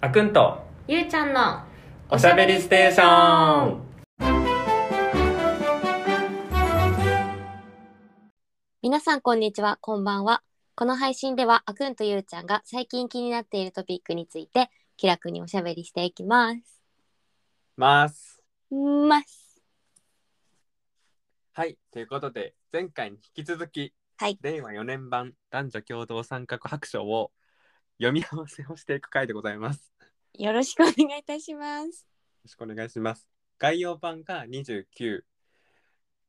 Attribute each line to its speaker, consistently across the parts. Speaker 1: あくんと
Speaker 2: ゆうちゃんの
Speaker 1: おしゃべりステーション
Speaker 2: 皆さんこんにちはこんばんはこの配信ではあくんとゆうちゃんが最近気になっているトピックについて気楽におしゃべりしていきます
Speaker 1: ます
Speaker 2: ます
Speaker 1: はいということで前回に引き続き、
Speaker 2: はい
Speaker 1: 令和4年版男女共同参画白書を読み合わせをしていく回でございますよ
Speaker 2: よろしくお願いいたします
Speaker 1: ろしくお願いします概要版が29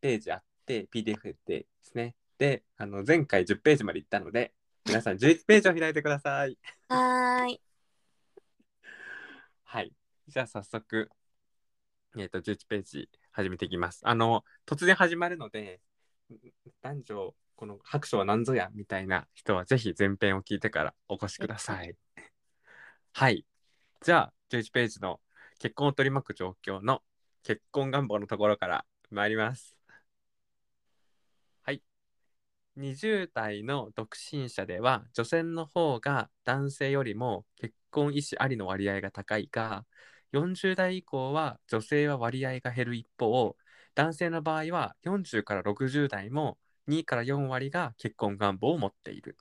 Speaker 1: ページあって PDF でですねであの前回10ページまで行ったので皆さん11ページを開いてください
Speaker 2: はーい
Speaker 1: はい。じゃあ早速、えっ、と、11ページ始めていきます。あの、突然始まるので、男女、この白書は何ぞやみたいな人は、ぜひ前編を聞いてからお越しください。はい。じゃあ、11ページの結婚を取り巻く状況の結婚願望のところから参ります。はい。20代の独身者では女性の方が男性よりも結婚意思ありの割合が高いが40代以降は女性は割合が減る一方男性の場合は40から60代も2から4割が結婚願望を持っている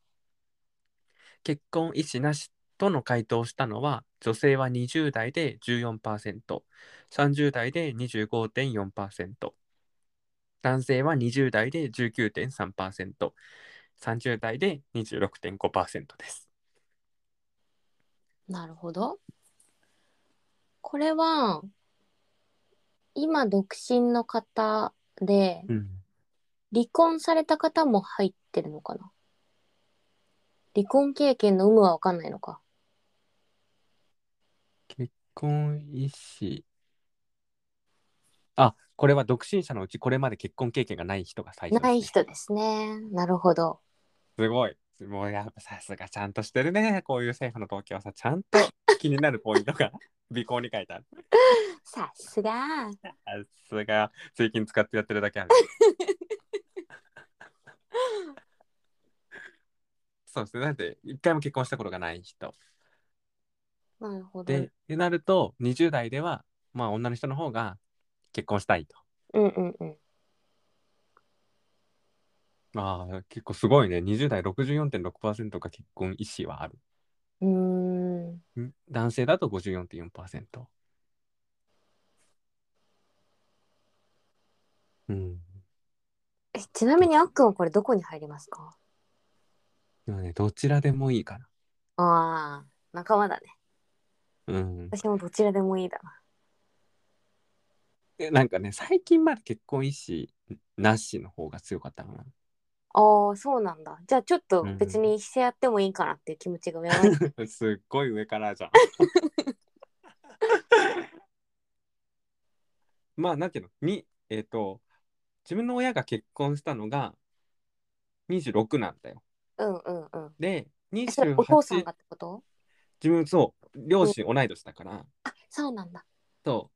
Speaker 1: 結婚意思なしとの回答をしたのは女性は20代で 14%30 代で25.4%男性は20代で19.3%、30代で26.5%です。
Speaker 2: なるほどこれは今独身の方で
Speaker 1: うん、
Speaker 2: 離婚された方も入ってるのかな離婚経験の有無は分かんないのか
Speaker 1: 結婚意思。あ、これは独身者のうちこれまで結婚経験がない人が最初
Speaker 2: ない
Speaker 1: ですね、
Speaker 2: 人ですねなるほど
Speaker 1: すごい。もうやっぱさすがちゃんとしてるね。こういう政府の統計はさ、ちゃんと気になるポイントが 尾行に書いてある。
Speaker 2: さすが
Speaker 1: さすが、税金使ってやってるだけある。 そうですね。だって、一回も結婚したことがない人。
Speaker 2: なるほど
Speaker 1: で、ってなると、20代では、まあ、女の人の方が結婚したいと。
Speaker 2: うんうんうん
Speaker 1: ああ、結構すごいね。20代64.6%が結婚意思はある。
Speaker 2: うーん
Speaker 1: ん男性だと54.4%。うん。
Speaker 2: えちなみにあっくんはこれどこに入りますか
Speaker 1: でもね、どちらでもいいかな。
Speaker 2: ああ仲間だね
Speaker 1: うん。
Speaker 2: 私もどちらでもいいだな
Speaker 1: でなんかね、最近まで結婚意思なしの方が強かったかな。
Speaker 2: ああそうなんだじゃあちょっと
Speaker 1: うん
Speaker 2: 別にしてやってもいいかなっていう気持ちが芽生えた
Speaker 1: すっごい上からじゃん。 まあなんていうのにえっ、と自分の親が結婚したのが26なんだよ。
Speaker 2: うんうんうん
Speaker 1: で
Speaker 2: えそれお父さん
Speaker 1: 28
Speaker 2: がってこと
Speaker 1: 自分そう両親同い年だから、
Speaker 2: あそうなんだ
Speaker 1: そ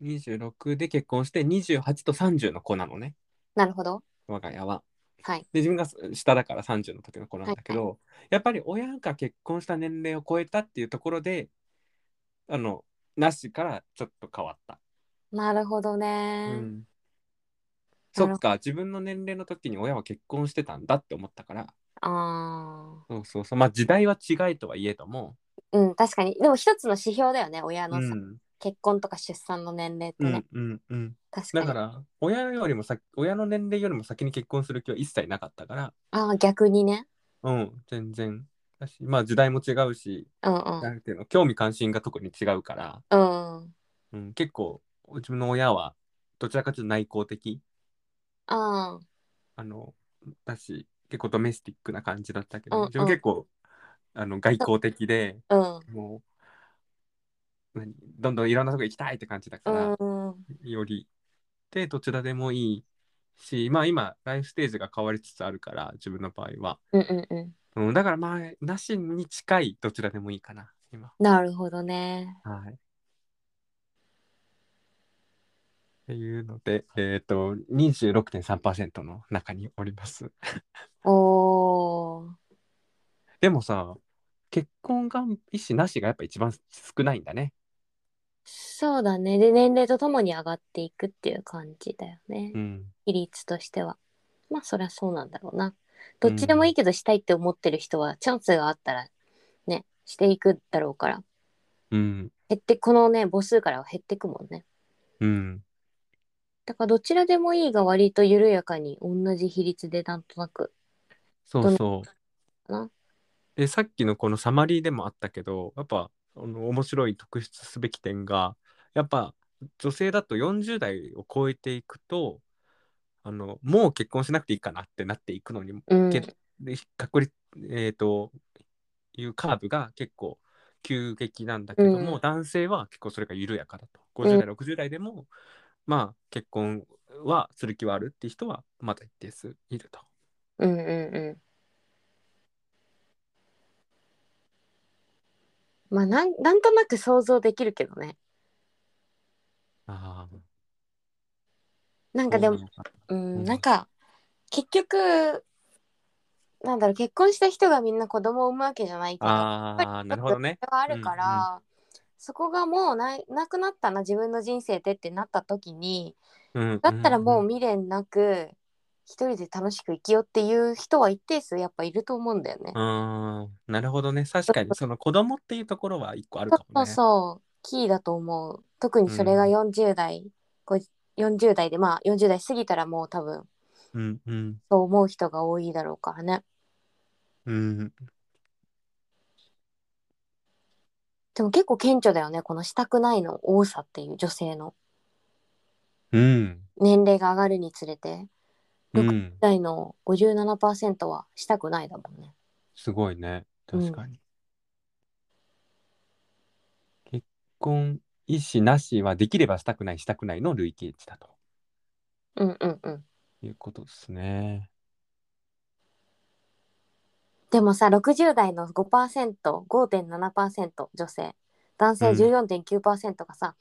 Speaker 1: う26で結婚して28と30の子なのね
Speaker 2: なるほど
Speaker 1: 我が家は。
Speaker 2: はい
Speaker 1: で自分が下だから30の時の子なんだけど、やっぱり親が結婚した年齢を超えたっていうところであのなしからちょっと変わった。
Speaker 2: なるほど
Speaker 1: う
Speaker 2: ね、
Speaker 1: ん、
Speaker 2: な
Speaker 1: そ
Speaker 2: るほ
Speaker 1: っか自分の年齢の時に親は結婚してたんだって思ったから
Speaker 2: あ
Speaker 1: そうそうそうまあ時代は違いとはいえども、
Speaker 2: あうん確かにでも一つの指標だよね親
Speaker 1: う
Speaker 2: のさ、
Speaker 1: ん、
Speaker 2: 結婚とか出産の年齢って
Speaker 1: う
Speaker 2: ね、
Speaker 1: んうんうん
Speaker 2: 確か
Speaker 1: だ
Speaker 2: に
Speaker 1: から親よりも先親の年齢よりも先に結婚する気は一切なかったから、
Speaker 2: ああ逆にね
Speaker 1: うん、全然だしまあ時代も違うし
Speaker 2: うんう
Speaker 1: なんていうの興味関心が特に違うから、
Speaker 2: んうん
Speaker 1: うん、結構自分の親はどちらかというと内向的
Speaker 2: あ
Speaker 1: あのだし結構ドメスティックな感じだったけど、
Speaker 2: うんうん
Speaker 1: 自分結構あの外交的で、
Speaker 2: あうん
Speaker 1: もう何どんどんいろんなとこ行きたいって感じだから、
Speaker 2: うん
Speaker 1: よりでどちらでもいいしまあ今ライフステージが変わりつつあるから自分の場合は、
Speaker 2: うんうんうん
Speaker 1: うん、だからまあなしに近いどちらでもいいかな今
Speaker 2: なるほどね
Speaker 1: はい。っていうので、えっ、ー、と、26.3%の中におります。
Speaker 2: おー
Speaker 1: でもさ、結婚が意思なしがやっぱ一番少ないんだね。
Speaker 2: そうだね。で、年齢とともに上がっていくっていう感じだよね。
Speaker 1: うん、
Speaker 2: 比率としては。まあ、そりゃそうなんだろうな。どっちでもいいけどしたいって思ってる人は、チャンスがあったら、ね、していくだろうから。
Speaker 1: うん、
Speaker 2: 減って、このね、母数からは減ってくもんね。
Speaker 1: うん、
Speaker 2: だから、どちらでもいいが割と緩やかに、同じ比率でなんとなく。
Speaker 1: そうそ
Speaker 2: どんな
Speaker 1: う。で、さっきのこのサマリーでもあったけど、やっぱあの面白い特筆すべき点が、やっぱ女性だと40代を超えていくと、あのもう結婚しなくていいかなってなっていくのに
Speaker 2: うん。
Speaker 1: けで確率、えー、というカーブが結構急激なんだけども、
Speaker 2: うん
Speaker 1: 男性は結構それが緩やかだと
Speaker 2: う
Speaker 1: 50
Speaker 2: ん
Speaker 1: 代、60代でもまあ結婚はする気はあるっていう人はまだ一定数いると。
Speaker 2: うんうんうん。まあ、なん、なんとなく想像できるけどね。
Speaker 1: あー
Speaker 2: なんかでも
Speaker 1: そう、なのか
Speaker 2: う、
Speaker 1: うんん
Speaker 2: なんか結局なんだろう結婚した人がみんな子供を産むわけじゃないから
Speaker 1: あーなるほどね。
Speaker 2: それはあるから、そこがもうないなくなったな自分の人生でってなった時に
Speaker 1: うん、
Speaker 2: だったらもう
Speaker 1: うん
Speaker 2: 未練なく一人で楽しく生きようっていう人は一定数やっぱいると思うんだよね。
Speaker 1: あーなるほどね確かにその子供っていうところは一個あるかもね。
Speaker 2: そうそうキーだと思う特にそれが
Speaker 1: うん
Speaker 2: 40代、こう40代でまあ40代過ぎたらもう多分
Speaker 1: うんうん
Speaker 2: そう思う人が多いだろうからね。
Speaker 1: うん
Speaker 2: でも結構顕著だよねこのしたくないの多さっていう女性の
Speaker 1: うん
Speaker 2: 年齢が上がるにつれて
Speaker 1: うん
Speaker 2: 10代の57%はしたくないだもんね。
Speaker 1: すごいね。
Speaker 2: うん
Speaker 1: 確かに。結婚意思なしはできればしたくないしたくないの類型値だと
Speaker 2: うんうんうん。
Speaker 1: いうことですね。
Speaker 2: でもさ60代の 5%5.7% 女性男性
Speaker 1: うん
Speaker 2: 14.9%がさ、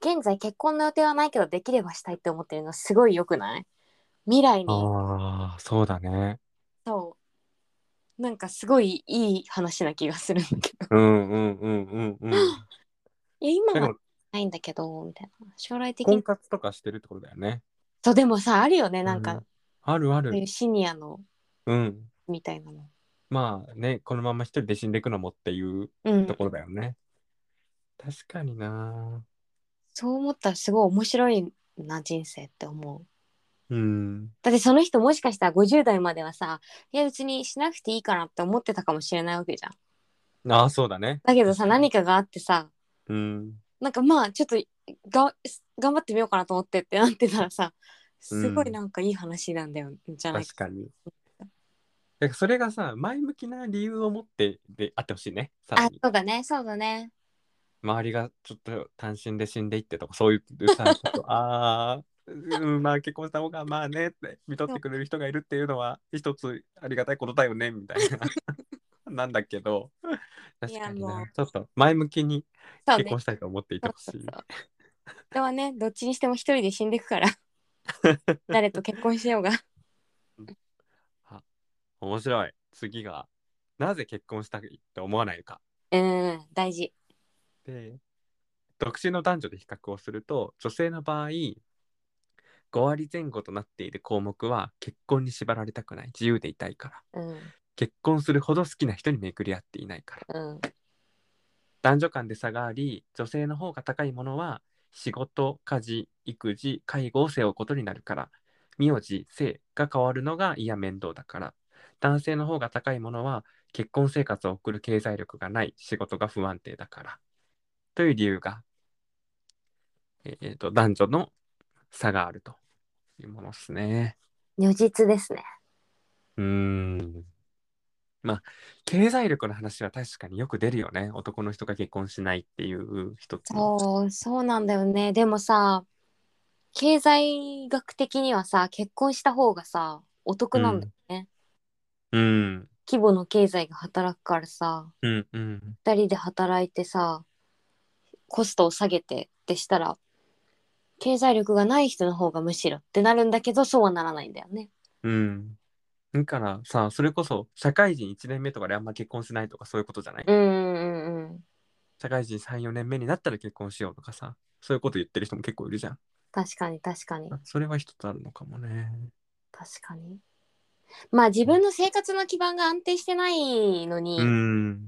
Speaker 2: 現在結婚の予定はないけどできればしたいって思ってるのすごい良くない未来に
Speaker 1: ああ、そうだね。
Speaker 2: そうなんかすごいいい話な気がするんだけど
Speaker 1: うんうんうんうんうん。
Speaker 2: いや今
Speaker 1: だか
Speaker 2: は
Speaker 1: ら
Speaker 2: ないんだけどみたいな将来的に
Speaker 1: 婚活とかしてるってことだよね。
Speaker 2: そうでもさあるよねなんか、
Speaker 1: うあるあ
Speaker 2: そうい
Speaker 1: る
Speaker 2: う。シニアの
Speaker 1: うん。
Speaker 2: みたいなの。
Speaker 1: まあね、このまま一人で死んでいくのもっていう
Speaker 2: うん
Speaker 1: ところだよね。確かにな。
Speaker 2: そう思ったらすごい面白いな人生って思う。
Speaker 1: うん。
Speaker 2: だってその人もしかしたら50代まではさいや別にしなくていいかなって思ってたかもしれないわけじゃん。
Speaker 1: ああ、そうだね。
Speaker 2: だけどさ
Speaker 1: 確か
Speaker 2: 何かがあってさ
Speaker 1: うん。
Speaker 2: なんかまあちょっとが頑張ってみようかなと思ってってなってたらさすごいなんかいい話なんだよ、じゃない
Speaker 1: 確かに。だからそれがさ、前向きな理由を持ってであってほしいね。さら
Speaker 2: あ
Speaker 1: に。
Speaker 2: そうだねそうだね
Speaker 1: 周りがちょっと単身で死んでいってとかそういうさちょっ とああうんまあ結婚した方がまあねって見とってくれる人がいるっていうのは一つありがたいことだよねみたい ななんだけど
Speaker 2: い
Speaker 1: 確
Speaker 2: や
Speaker 1: かに
Speaker 2: もう
Speaker 1: なちょっと前向きに
Speaker 2: そう
Speaker 1: 結
Speaker 2: ね
Speaker 1: 婚したいと思っていてほしい、
Speaker 2: ではねどっちにしても一人で死んでくから 誰と結婚しようが
Speaker 1: 面白い次がなぜ結婚したいと思わないのか
Speaker 2: うん大事
Speaker 1: で独身の男女で比較をすると女性の場合5割前後となっている項目は結婚に縛られたくない自由でいたいから
Speaker 2: うん
Speaker 1: 結婚するほど好きな人に巡り合っていないから
Speaker 2: うん
Speaker 1: 男女間で差があり女性の方が高いものは仕事家事育児介護を背負うことになるから名字性が変わるのが嫌面倒だから男性の方が高いものは結婚生活を送る経済力がない仕事が不安定だからという理由が、えーと男女の差があるというものですね。
Speaker 2: 如実ですね
Speaker 1: うーん。まあ、経済力の話は確かによく出るよね。男の人が結婚しないっていう一つの。
Speaker 2: そう、そうなんだよね。でもさ、経済学的にはさ、結婚した方がさ、お得なんだよね。
Speaker 1: うん。
Speaker 2: 規模の経済が働くからさ、
Speaker 1: うん。うん。
Speaker 2: 二人で働いてさ、コストを下げてってしたら、経済力がない人の方がむしろってなるんだけど、そうはならないんだよね。
Speaker 1: うん。だからさ、それこそ社会人1年目とかであんま結婚しないとかそういうことじゃない、
Speaker 2: うんうんうん。
Speaker 1: 社会人3、4年目になったら結婚しようとかさ、そういうこと言ってる人も結構いるじゃん。
Speaker 2: 確かに確かに
Speaker 1: あそれは一つあるのかもね。
Speaker 2: 確かに。まあ自分の生活の基盤が安定してないのに、
Speaker 1: うん。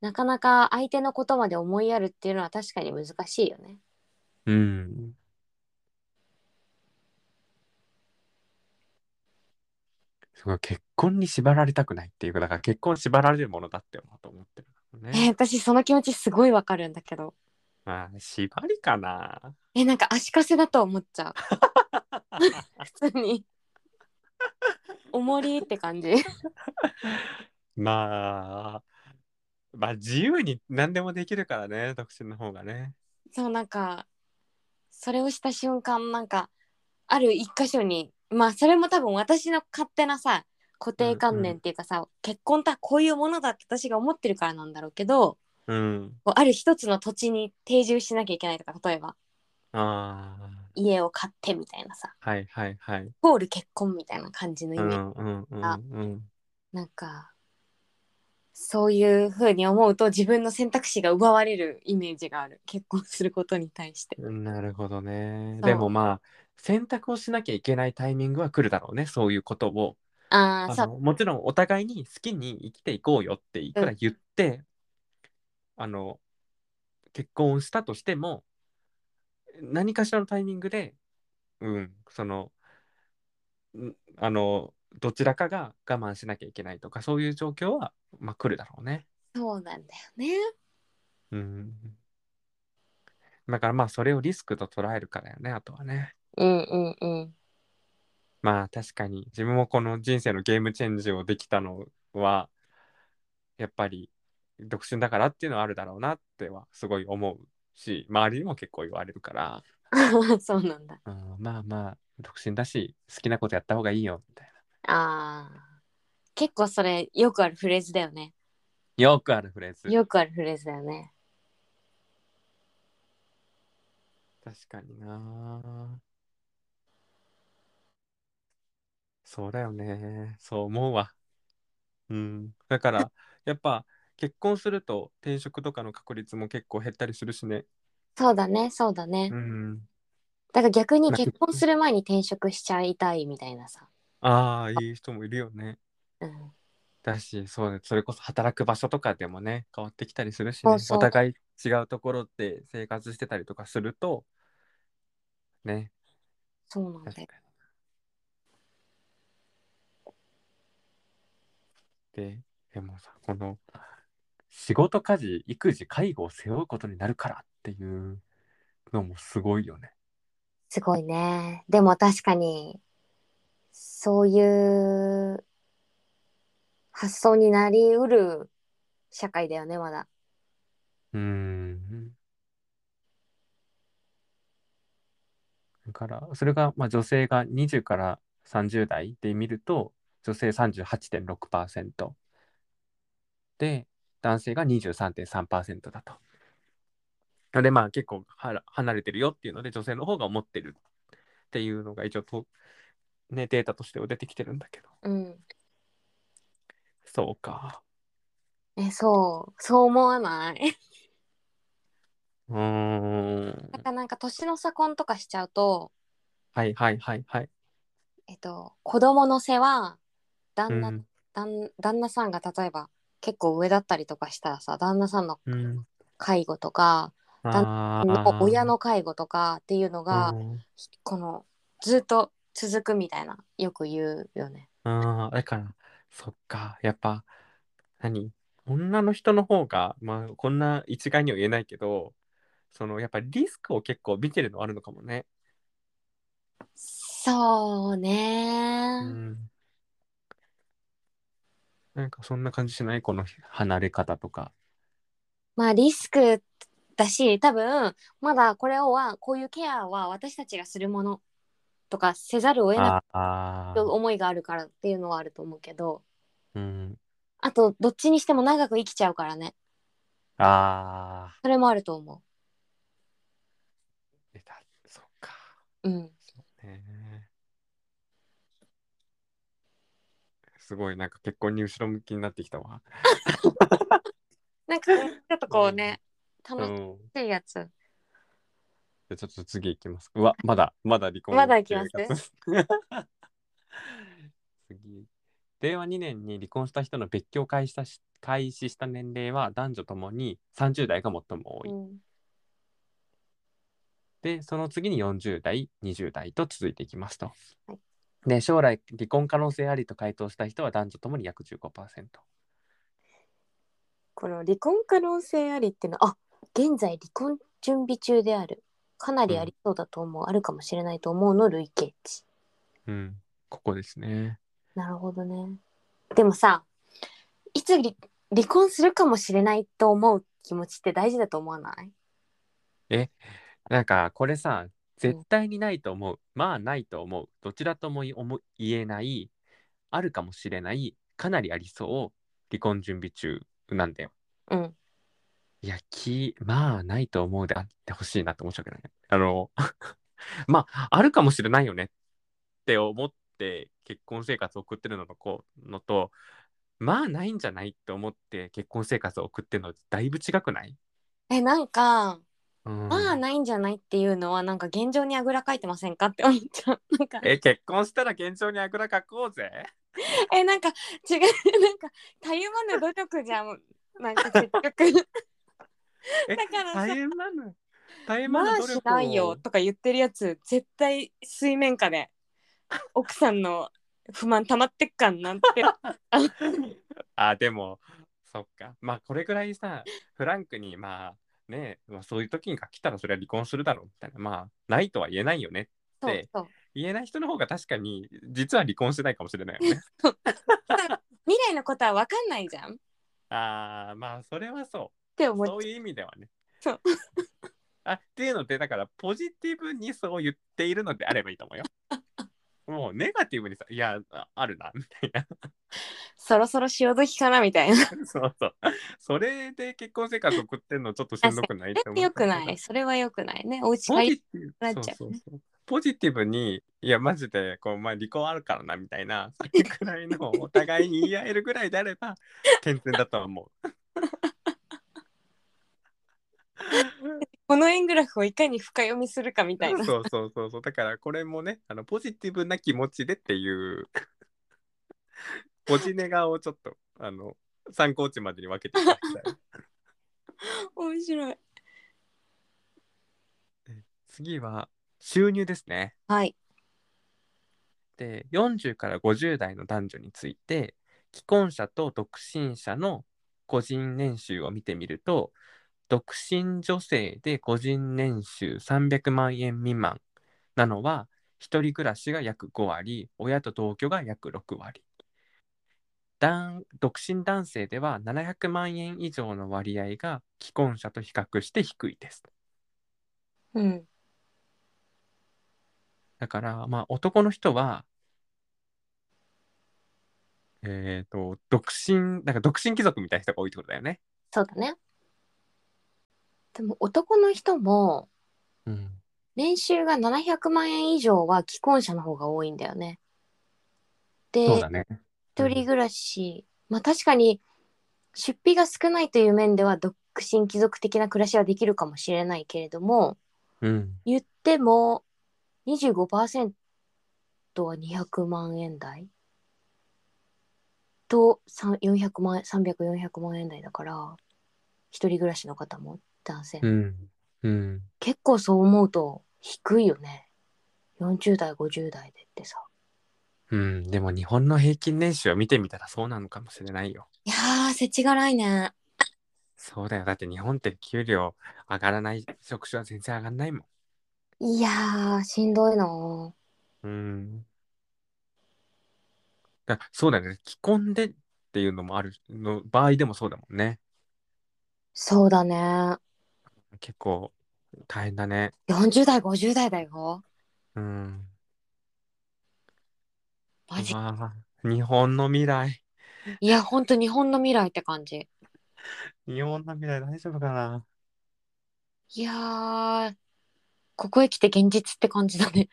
Speaker 2: なかなか相手のことまで思いやるっていうのは確かに難しいよね。
Speaker 1: うん。すごい結婚に縛られたくないっていうか、だから結婚縛られるものだって思うと思ってるの
Speaker 2: えー
Speaker 1: ね。
Speaker 2: 私その気持ちすごいわかるんだけど。
Speaker 1: まあ、縛りかな。
Speaker 2: えなんか足かせだと思っちゃう。普通に。おもりって感じ。
Speaker 1: まあ、まあ自由に何でもできるからね、独身の方がね。
Speaker 2: そうなんかそれをした瞬間なんかある一箇所にまあそれも多分私の勝手なさ固定観念っていうかさ、結婚とはこういうものだって私が思ってるからなんだろうけど
Speaker 1: うん。
Speaker 2: こうある一つの土地に定住しなきゃいけないとか例えば
Speaker 1: あ
Speaker 2: 家を買ってみたいなさ
Speaker 1: あ、はいはいはい。
Speaker 2: イコール結婚みたいな感じのイ
Speaker 1: う
Speaker 2: メージ、
Speaker 1: んうんうんうん。
Speaker 2: なんかそういうふうに思うと自分の選択肢が奪われるイメージがある結婚することに対して
Speaker 1: なるほどね。
Speaker 2: そう
Speaker 1: でもまあ選択をしなきゃいけないタイミングは来るだろうねそういうことを
Speaker 2: ああ
Speaker 1: あ
Speaker 2: そう
Speaker 1: のもちろんお互いに好きに生きていこうよっていくら言って、あの結婚をしたとしても何かしらのタイミングでうんそのんあのどちらかが我慢しなきゃいけないとかそういう状況は、まあ、来るだろうね。
Speaker 2: そうなんだよね
Speaker 1: うん、だからまあそれをリスクと捉えるかだよねあとはね。
Speaker 2: うんうんうん
Speaker 1: まあ確かに自分もこの人生のゲームチェンジをできたのはやっぱり独身だからっていうのはあるだろうなってはすごい思うし周りにも結構言われるから、
Speaker 2: そうなんだ。
Speaker 1: うん、まあまあ独身だし好きなことやった方がいいよみたい
Speaker 2: ああ。結構それよくあるフレーズだよね。
Speaker 1: なよくあるフレーズ
Speaker 2: よくあるフレーズだよね。
Speaker 1: 確かになそうだよねそう思うわうんだからやっぱ結婚すると転職とかの確率も結構減ったりするしね
Speaker 2: そうだね、そうだね
Speaker 1: う。ん
Speaker 2: だから逆に
Speaker 1: まあ
Speaker 2: 結婚する前に転職しちゃいたいみたいなさ。
Speaker 1: ああ、いい人もいるよね。
Speaker 2: うん、
Speaker 1: だし、そうね、それこそ働く場所とかでもね、変わってきたりするし、
Speaker 2: そ
Speaker 1: ね
Speaker 2: う、そう
Speaker 1: お互い違うところで生活してたりとかすると、ね、
Speaker 2: そうなんだ
Speaker 1: 確
Speaker 2: よ。
Speaker 1: かに。で、でもさ、この、仕事、家事、育児、介護を背負うことになるからっていうのもすごいよね。
Speaker 2: すごいね。でも確かに、そういう発想になりうる社会だよね、まだ。
Speaker 1: うーん。だから、それが、まあ、女性が20から30代で見ると、女性38.6%で、男性が23.3%だと。ので、まあ、結構はら離れてるよっていうので、女性の方が思ってるっていうのが一応と、ね、データとしては出てきてるんだけど。
Speaker 2: うん。
Speaker 1: そうか。
Speaker 2: え、そう。そう思わない
Speaker 1: うーん。
Speaker 2: なんかなんか年の差婚とかしちゃうと、
Speaker 1: はいはいはいはい。
Speaker 2: えっと、子供の世話
Speaker 1: う
Speaker 2: 旦那、
Speaker 1: ん。
Speaker 2: 旦旦那さんが例えば結構上だったりとかしたらさ旦那さんの
Speaker 1: うん。
Speaker 2: 介護とか、
Speaker 1: あ
Speaker 2: の
Speaker 1: ー
Speaker 2: 親の介護とかっていうのが、
Speaker 1: うん
Speaker 2: このずっと続くみたいなよく言うよね。
Speaker 1: ああ、だから、そっか、やっぱ、何女の人の方が、まあ、こんな一概には言えないけど、その、やっぱリスクを結構見てるのあるのかもね。
Speaker 2: そうね、
Speaker 1: うん。なんか、そんな感じしないこの離れ方とか。
Speaker 2: まあリスクだし多分まだこれをはこういうケアは私たちがするものとかせざるを得な
Speaker 1: ああ
Speaker 2: くて思いがあるからっていうのはあると思うけど
Speaker 1: ー、うん。
Speaker 2: あとどっちにしても長く生きちゃうからね。
Speaker 1: ああ、
Speaker 2: それもあると思
Speaker 1: えだそっか。
Speaker 2: う。うん。
Speaker 1: ねえすごいなんか結婚に後ろ向きになってきたわ。
Speaker 2: なんかちょっとこうね、
Speaker 1: うん、
Speaker 2: 楽しいやつ。
Speaker 1: じゃあちょっと次行きます。うわ、まだ、まだ離婚。
Speaker 2: まだ行きます
Speaker 1: す。 次。令和2年に離婚した人の別居を開始したし開始した年齢は男女ともに30代が最も多い。
Speaker 2: うん
Speaker 1: で、その次に40代、20代と続いていきますと
Speaker 2: は。
Speaker 1: で、将来離婚可能性ありと回答した人は男女ともに約15%。
Speaker 2: この離婚可能性ありっていうのはあ現在離婚準備中であるかなりありそうだと思う、あるかもしれないと思うの累計値
Speaker 1: うん、ここですね。
Speaker 2: なるほどねでもさいつ離離婚するかもしれないと思う気持ちって大事だと思わない
Speaker 1: なんかこれさ、絶対にないと思う、まあないと思う、どちらとも思う言えない、あるかもしれない、かなりありそう、離婚準備中なんだよ。
Speaker 2: うん
Speaker 1: いや、き、まあないと思うであってほしいなって思っちゃうけどね。あの、 まあ、あるかもしれないよねって思って結婚生活を送ってるのとこうのと、まあないんじゃないって思って結婚生活を送ってるのだいぶ違くない、
Speaker 2: えなんか、
Speaker 1: うん、
Speaker 2: まあないんじゃないっていうのはなんか現状にあぐらかいてませんかって思っちゃ うなんか
Speaker 1: え、結婚したら現状にあぐらかこうぜ。
Speaker 2: えなんか違うなんかたゆまぬ努力じゃんなんか結 局
Speaker 1: え
Speaker 2: だからさ
Speaker 1: 大変な の。大変
Speaker 2: ま
Speaker 1: なの
Speaker 2: あ
Speaker 1: 努力
Speaker 2: し
Speaker 1: を
Speaker 2: ないよとか言ってるやつ絶対水面下で奥さんの不満溜まってっかんなって
Speaker 1: あ、でも、そっか。まあ、これぐらいさ、フランクに、まあ、ねまあ、そういう時に来たらそれは離婚するだろうみたいな。まあ、ないとは言えないよね。
Speaker 2: そうそう
Speaker 1: 言えない人の方が確かに、実は離婚してないかもしれない よね。
Speaker 2: 未来のことは分かんないじゃんっ
Speaker 1: ああ、まあ、それはそ
Speaker 2: て
Speaker 1: う。
Speaker 2: 思っ
Speaker 1: そういう意味ではね。
Speaker 2: そう。
Speaker 1: あっていうので、だから、ポジティブにそう言っているのであればいいと 思うよ。もう、ネガティブにさ、いや、ああるな、みたいな。
Speaker 2: そろそろ潮時かなみたいな
Speaker 1: そうそう。それで結婚生活送ってんのちょっとしんどくないって思った
Speaker 2: よくないそれはよくないねお家
Speaker 1: ポ
Speaker 2: 帰り
Speaker 1: ジティブ
Speaker 2: なっちゃうね
Speaker 1: そうそうそうポジティブに、いや、マジで、こう、まあ、離婚あるからな、みたいな、 さっきくらいの、お互いに言い合えるぐらいであれば、健全だとは思う。
Speaker 2: この円グラフをいかに深読みするかみたい な
Speaker 1: そうそうそうそう。だから、これもね、あの、ポジティブな気持ちでっていう、ポジネガをちょっと、あの、参考値までに分けていただきたい。
Speaker 2: 面白い
Speaker 1: 次は、収入ですね。
Speaker 2: はい
Speaker 1: で40から50代の男女について既婚者と独身者の個人年収を見てみると独身女性で個人年収300万円未満なのは一人暮らしが約5割親と同居が約6割男独身男性では700万円以上の割合が既婚者と比較して低いです
Speaker 2: うん
Speaker 1: だから、まあ、男の人は、えっ、と、独身、なんか独身貴族みたいな人が多いってことだよね。
Speaker 2: そうだねでも男の人も
Speaker 1: うん。
Speaker 2: 年収が700万円以上は既婚者の方が多いんだよねで
Speaker 1: そうだね。
Speaker 2: 一人暮らし、まあ確かに出費が少ないという面では独身貴族的な暮らしはできるかもしれないけれども
Speaker 1: うん。
Speaker 2: 言っても25%は200万円台とさん400万300400万円台だから一人暮らしの方も男性、
Speaker 1: うん。うん。
Speaker 2: 結構そう思うと低いよね40代50代でってさ
Speaker 1: うん。でも日本の平均年収を見てみたらそうなのかもしれないよ。
Speaker 2: いやー世知辛いね
Speaker 1: そうだよ。だって日本って給料上がらない、職種は全然上がらないもん。
Speaker 2: いやーしんどいなー
Speaker 1: うん。だそうだよね。既婚でっていうのもあるの場合でもそうだもんね。
Speaker 2: そうだね。
Speaker 1: 結構大変だね。
Speaker 2: 40代、50代だよ。
Speaker 1: うん。
Speaker 2: マジ。
Speaker 1: ああ、日本の未来。
Speaker 2: いや、ほんと日本の未来って感じ。
Speaker 1: 日本の未来大丈夫かない
Speaker 2: やー、ここへ来て現実って感じだね。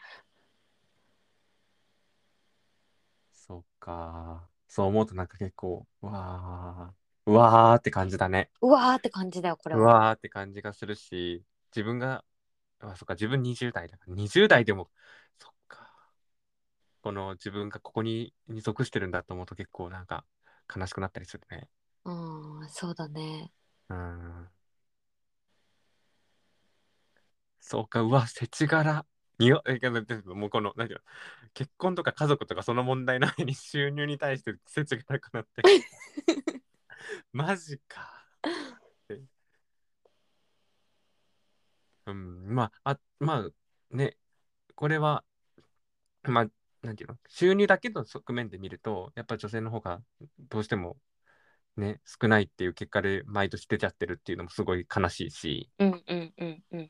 Speaker 1: そっか。そう思うとなんか結構うわーうわーって感じだね
Speaker 2: うわーって感じだよこれ
Speaker 1: う
Speaker 2: は
Speaker 1: わーって感じがするし自分があそっか自分20代だから20代でもそっかこの自分がここにに属してるんだと思うと結構なんか悲しくなったりするね
Speaker 2: うんそうだね
Speaker 1: うんそうかうわ世知辛におえででもうこの何ていうの結婚とか家族とかその問題の前に収入に対して世知辛くなって マジかってうんまああまあねこれはまあなんていうの収入だけの側面で見るとやっぱ女性の方がどうしてもね少ないっていう結果で毎年出ちゃってるっていうのもすごい悲しいし、
Speaker 2: うんうんうんうん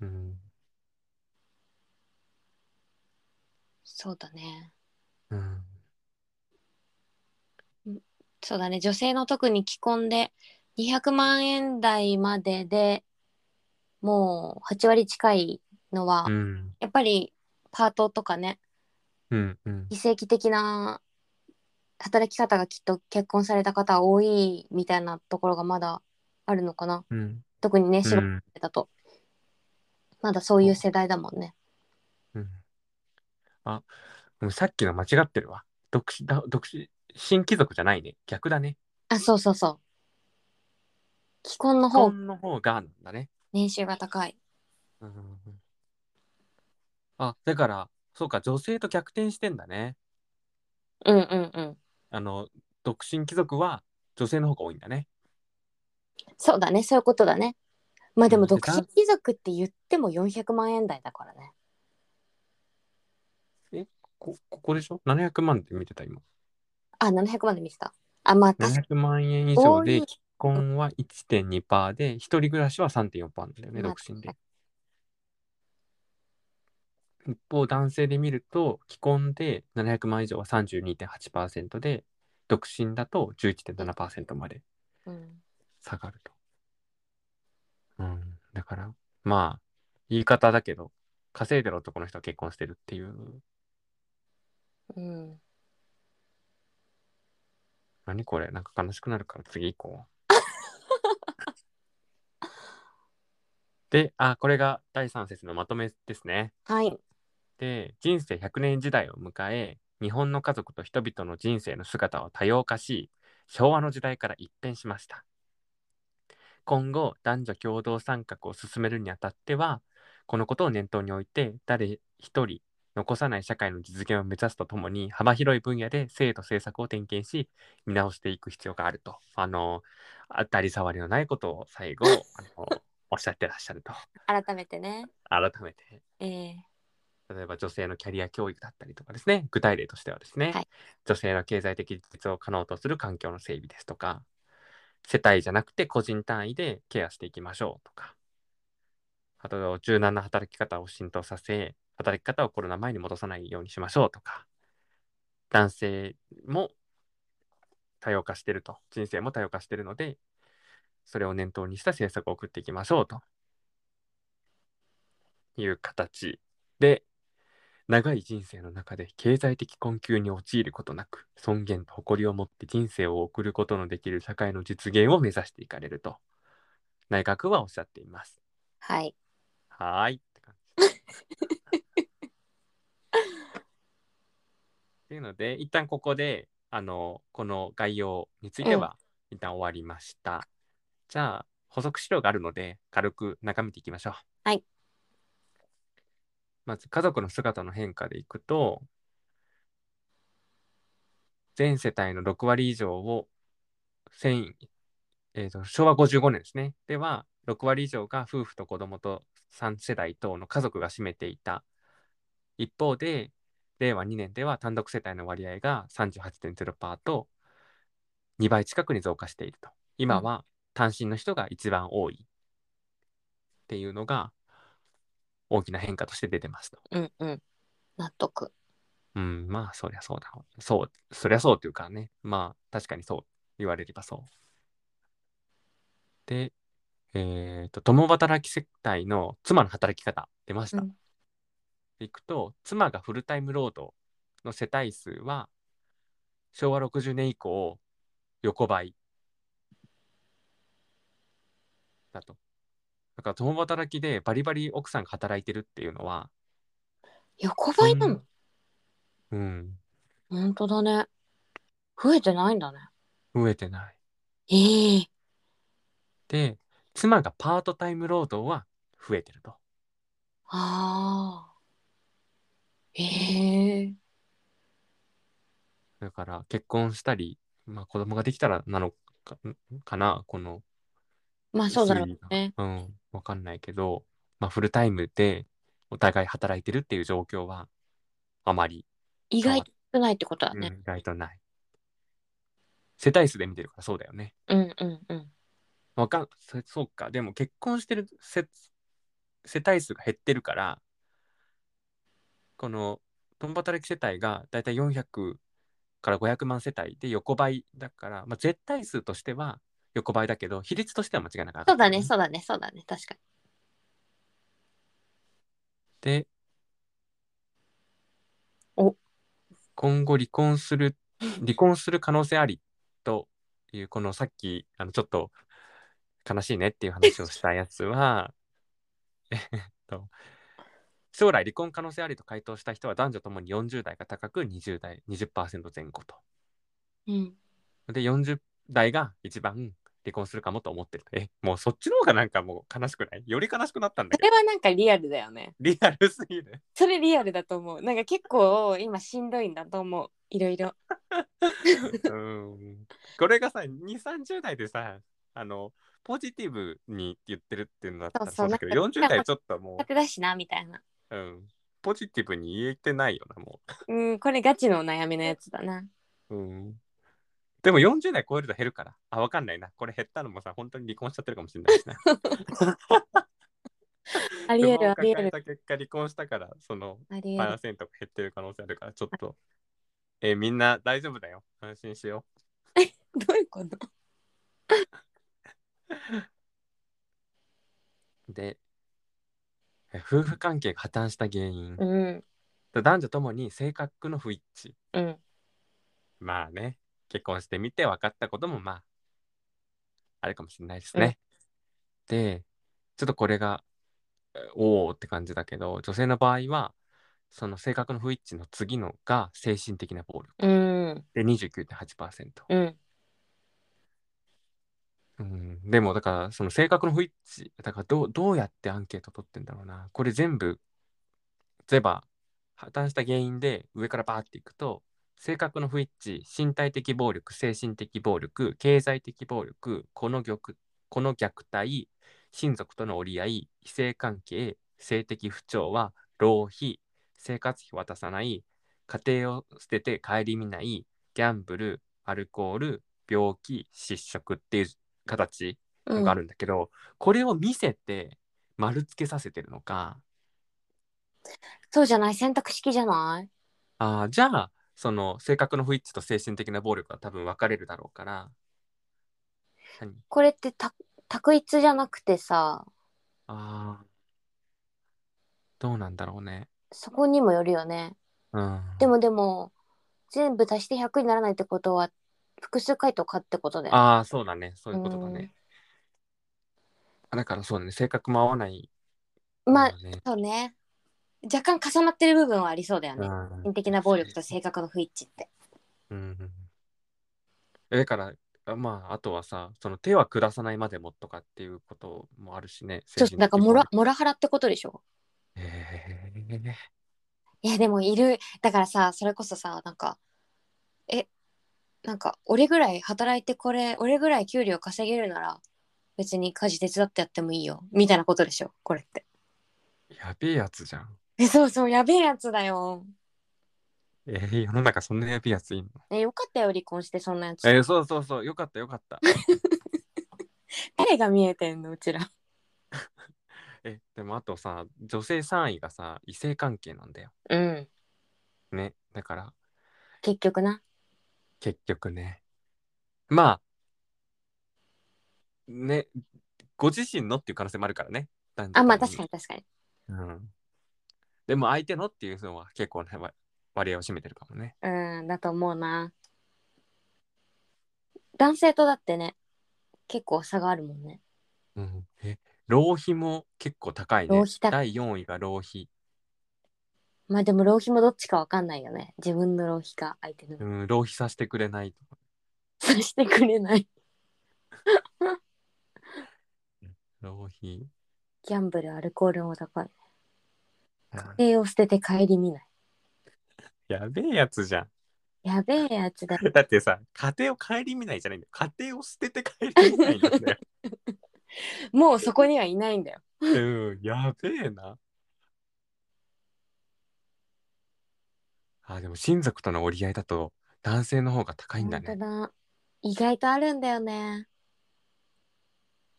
Speaker 1: うん
Speaker 2: そうだね
Speaker 1: うん、
Speaker 2: そうだね女性の特に既婚で200万円台まででもう8割近いのは、
Speaker 1: うん
Speaker 2: やっぱりパートとかね
Speaker 1: うんうん
Speaker 2: 非正規的な働き方がきっと結婚された方多いみたいなところがまだあるのかな
Speaker 1: うん
Speaker 2: 特にね仕
Speaker 1: う
Speaker 2: 事
Speaker 1: ん
Speaker 2: だと、まだそういう世代だもんね
Speaker 1: うんあうんさっきの間違ってるわ独身だ独身新貴族じゃないね逆だね
Speaker 2: あそうそうそう既婚の
Speaker 1: 既
Speaker 2: 方
Speaker 1: 婚の方がなんだね、
Speaker 2: 年収が高い
Speaker 1: うん、あだからそうか女性と逆転してんだね
Speaker 2: うんうんうん
Speaker 1: あの独身貴族は女性の方が多いんだね
Speaker 2: そうだねそういうことだねまあで
Speaker 1: う
Speaker 2: も
Speaker 1: ん
Speaker 2: 独身貴族って言っても400万円台だからね
Speaker 1: こここでしょ700万って見てた今
Speaker 2: あ700万で見てたあまあ確か
Speaker 1: 700万円以
Speaker 2: 多
Speaker 1: 上
Speaker 2: い
Speaker 1: で既婚は1.2%で一人暮らしは3.4%なんだよね
Speaker 2: まあ
Speaker 1: 独身で一方男性で見ると既婚で700万以上は32.8%で独身だと11.7%まで
Speaker 2: うん、
Speaker 1: 下がるとうんだからまあ言い方だけど稼いでる男の人は結婚してるっていう
Speaker 2: うん、
Speaker 1: 何これなんか悲しくなるから次行こう。で、あ、これが第3節のまとめですね。
Speaker 2: はい
Speaker 1: で、人生100年時代を迎え、日本の家族と人々の人生の姿は多様化し、昭和の時代から一変しました。今後、男女共同参画を進めるにあたっては、このことを念頭に置いて、誰一人残さない社会の実現を目指すとともに、幅広い分野で制度政策を点検し、見直していく必要があると。あの、当たり障りのないことを最後、あのおっしゃってらっしゃると。
Speaker 2: 改めてね
Speaker 1: 改めて。
Speaker 2: えー、
Speaker 1: 例えば女性のキャリア教育だったりとかですね具体例としてはですね、
Speaker 2: はい
Speaker 1: 女性の経済的自立を可能とする環境の整備ですとか世帯じゃなくて個人単位でケアしていきましょうとかあと柔軟な働き方を浸透させ働き方をコロナ前に戻さないようにしましょうとか男性も多様化してると人生も多様化してるのでそれを念頭にした政策を送っていきましょうという形で長い人生の中で経済的困窮に陥ることなく尊厳と誇りを持って人生を送ることのできる社会の実現を目指していかれると内閣はおっしゃっています。
Speaker 2: はい
Speaker 1: はーいって感じ。っていうので一旦ここであのこの概要については一旦終わりました。じゃあ補足資料があるので軽く眺めていきましょう。
Speaker 2: はい。
Speaker 1: まず家族の姿の変化でいくと全世帯の6割以上を1000えー、と昭和55年ですね。では、6割以上が夫婦と子供と3世代等の家族が占めていた。一方で、令和2年では単独世帯の割合が38.0%と2倍近くに増加していると。今は単身の人が一番多いっていうのが大きな変化として出てますと。
Speaker 2: うんうん納得
Speaker 1: うん、まあそりゃそうだ。そう、そりゃそうというかね。まあ確かにそう言われればそう。で、えっ、と、共働き世帯の妻の働き方出ました。
Speaker 2: うん
Speaker 1: でいくと、妻がフルタイム労働の世帯数は昭和60年以降横ばいだと。だから共働きでバリバリ奥さんが働いてるっていうのは、
Speaker 2: 横ばいな
Speaker 1: そ
Speaker 2: の
Speaker 1: んうん、
Speaker 2: 本当だね増えてないんだね
Speaker 1: 増えてない。
Speaker 2: ええ
Speaker 1: で、妻がパートタイム労働は増えてると。
Speaker 2: ああええ
Speaker 1: だから結婚したり、まあ、子供ができたらなのかかな、この
Speaker 2: まあそうだろう
Speaker 1: 推移が
Speaker 2: ね
Speaker 1: うん、わかんないけど、まあ、フルタイムでお互い働いてるっていう状況はあまり、
Speaker 2: 意外と少ないってことだ
Speaker 1: うん、
Speaker 2: ね
Speaker 1: 意外とない。世帯数で見てるからそうだよね。
Speaker 2: うんうんうん
Speaker 1: わかん、そそうか、でも結婚してる世世帯数が減ってるから、この共働き世帯がだいたい400から500万世帯で横ばいだから、まあ、絶対数としては横ばいだけど、比率としては間違いなかった
Speaker 2: そうだねそうだねそうだね確かに
Speaker 1: で
Speaker 2: お
Speaker 1: 今後離婚する離婚する可能性ありというこのさっきあのちょっと悲しいねっていう話をしたやつは えっと将来離婚可能性ありと回答した人は男女ともに40代が高く20代20%前後と
Speaker 2: うん
Speaker 1: で40代が一番離婚するかもと思ってるえもうそっちの方がなんかもう悲しくないより悲しくなったんだ
Speaker 2: そ
Speaker 1: けど
Speaker 2: れはなんかリアルだよね
Speaker 1: リアルすぎる
Speaker 2: それリアルだと思うなんか結構今しんどいんだと思ういろいろ
Speaker 1: うんこれがさ2三3 0代でさあのポジティブに言ってるっていうのだったら
Speaker 2: そそう
Speaker 1: そううだけど
Speaker 2: なんか
Speaker 1: 40代ちょっとも
Speaker 2: 苦手だしなみたいな
Speaker 1: う、うん、ポジティブに言えてないよなも
Speaker 2: うんこれガチのお悩みのやつだな
Speaker 1: う、うん、でも40代超えると減るからあわかんないなこれ減ったのもさ本当に離婚しちゃってるかもしれな いしな
Speaker 2: あり
Speaker 1: 不
Speaker 2: え
Speaker 1: 満
Speaker 2: る
Speaker 1: を
Speaker 2: ありえ
Speaker 1: 抱え
Speaker 2: る
Speaker 1: た結果離婚したからその
Speaker 2: ありえ
Speaker 1: パ
Speaker 2: る
Speaker 1: ーセントが減ってる可能性あるからちょっと、えーみんな大丈夫だよ安心しよ
Speaker 2: どういうこと
Speaker 1: うでえ夫婦関係が破綻した原因
Speaker 2: うん
Speaker 1: 男女ともに性格の不一致
Speaker 2: うん
Speaker 1: まあね結婚してみて分かったこともまああるかもしれないですね、でちょっとこれがえおおって感じだけど女性の場合はその性格の不一致の次のが精神的な暴力
Speaker 2: うん
Speaker 1: で29.8%、
Speaker 2: うん
Speaker 1: うん、でもだからその性格の不一致だからどうどうやってアンケート取ってんだろうなこれ全部例えば破綻した原因で上からバーっていくと性格の不一致身体的暴力精神的暴力経済的暴力この虐この虐待親族との折り合い異性関係性的不調は浪費生活費渡さない家庭を捨てて顧みないギャンブルアルコール病気失職っていう形
Speaker 2: うん
Speaker 1: があるんだけど、これを見せて丸つけさせてるのか
Speaker 2: そうじゃない選択式じゃない
Speaker 1: あーじゃあその性格の不一致と精神的な暴力は多分分かれるだろうから何
Speaker 2: これってた択一じゃなくてさ
Speaker 1: あーどうなんだろうね、
Speaker 2: そこにもよるよね
Speaker 1: うん、
Speaker 2: でもでも全部足して100にならないってことは複数回答かってことだよね
Speaker 1: ああそうだねそういうことだね、だからそうだね性格も合わない
Speaker 2: まあ
Speaker 1: だね
Speaker 2: そうね若干重なってる部分はありそうだよね
Speaker 1: う
Speaker 2: 精
Speaker 1: ん
Speaker 2: 神的な暴力と性格の不一致って
Speaker 1: うんえだからあまああとはさその手は下さないまでもとかっていうこともあるしね
Speaker 2: そうだからモラ
Speaker 1: 精
Speaker 2: モラハラってことでしょ
Speaker 1: 神的にへ
Speaker 2: いやでもいるだからさそれこそさなんかえなんか俺ぐらい働いてこれ俺ぐらい給料稼げるなら別に家事手伝ってやってもいいよみたいなことでしょこれって
Speaker 1: えやべえやつじゃん
Speaker 2: えそうそうやべえやつだよ
Speaker 1: えー、世の中そんなやべえやついんの
Speaker 2: えよかったよ離婚してそんなやつ、
Speaker 1: えー、そうそうそうよかったよ かった
Speaker 2: 誰が見えてんのうちら
Speaker 1: えでもあとさ女性3位がさ異性関係なんだよ
Speaker 2: うん
Speaker 1: ねだから
Speaker 2: 結局な
Speaker 1: 結局ねまあねご自身のっていう可能性もあるからね男女
Speaker 2: あまあ
Speaker 1: とも
Speaker 2: 確かに確かに
Speaker 1: うん、でも相手のっていうのは結構ねわ割合を占めてるかもね
Speaker 2: うんだと思うな男性とだってね結構差があるもんね
Speaker 1: うん、え浪費も結構高いね。
Speaker 2: 浪費高い
Speaker 1: 第4位が浪費。
Speaker 2: まあでも浪費もどっちかわかんないよね自分の浪費か相手の
Speaker 1: うん、浪費させてくれないとか。
Speaker 2: さしてくれない
Speaker 1: 浪費。
Speaker 2: ギャンブルアルコールも高い
Speaker 1: あ
Speaker 2: 家庭を捨てて帰り見ない
Speaker 1: やべえやつじゃん。
Speaker 2: やべえやつだ
Speaker 1: だってさ、家庭を顧みないじゃないんだよ。家庭を捨てて顧みないんだ よ。
Speaker 2: もうそこにはいないんだよ
Speaker 1: うん、やべえな。あ、でも親族との折り合いだと男性の方が高いんだ
Speaker 2: 本
Speaker 1: ね。
Speaker 2: 当だ意外とあるんだよね